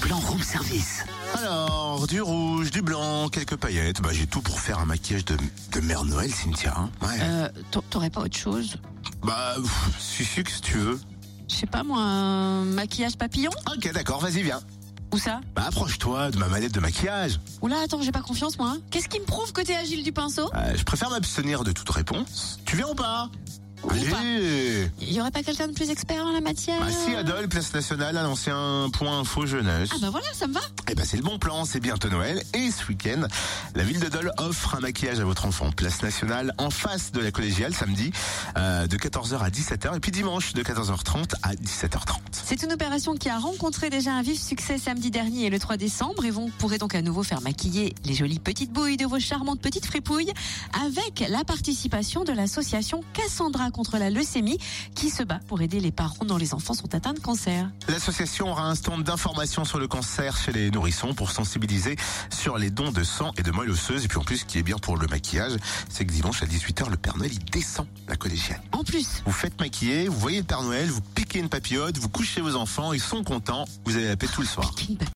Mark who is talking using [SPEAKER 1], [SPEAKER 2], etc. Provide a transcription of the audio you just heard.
[SPEAKER 1] plan room service.
[SPEAKER 2] Alors, du rouge, du blanc, quelques paillettes. Bah, j'ai tout pour faire un maquillage de, de Mère Noël, Cynthia. hein. Ouais.
[SPEAKER 3] Euh, t'a- T'aurais pas autre chose
[SPEAKER 2] Bah, pff, sucre si tu veux.
[SPEAKER 3] Je sais pas moi, un maquillage papillon
[SPEAKER 2] Ok, d'accord, vas-y, viens.
[SPEAKER 3] Ou ça
[SPEAKER 2] Bah, approche-toi de ma manette de maquillage.
[SPEAKER 3] Oula, attends, j'ai pas confiance moi. hein. Qu'est-ce qui me prouve que t'es agile du pinceau
[SPEAKER 2] Euh, je préfère m'abstenir de toute réponse. Tu viens ou pas Allez
[SPEAKER 3] Y aurait pas quelqu'un de plus expert en la matière
[SPEAKER 2] Bah, si, Adol, place nationale, a lancé un point info jeunesse.
[SPEAKER 3] Ah bah voilà, ça me va.
[SPEAKER 2] Eh ben c'est le bon plan, c'est bientôt Noël et ce week-end, la ville de Dole offre un maquillage à votre enfant. Place nationale en face de la collégiale samedi euh, de 14h à 17h et puis dimanche de 14h30 à 17h30.
[SPEAKER 3] C'est une opération qui a rencontré déjà un vif succès samedi dernier et le 3 décembre et vous pourrez donc à nouveau faire maquiller les jolies petites bouilles de vos charmantes petites fripouilles avec la participation de l'association Cassandra contre la leucémie qui se bat pour aider les parents dont les enfants sont atteints de cancer.
[SPEAKER 2] L'association aura un stand d'information sur le cancer chez les nourrissons pour sensibiliser sur les dons de sang et de moelle osseuse et puis en plus ce qui est bien pour le maquillage, c'est que dimanche à 18h le Père Noël il descend la collégiale.
[SPEAKER 3] En plus,
[SPEAKER 2] Vous faites maquiller, vous voyez le Père Noël, vous piquez une papillote, vous couchez vos enfants, ils sont contents, vous avez la paix tout le soir.
[SPEAKER 3] King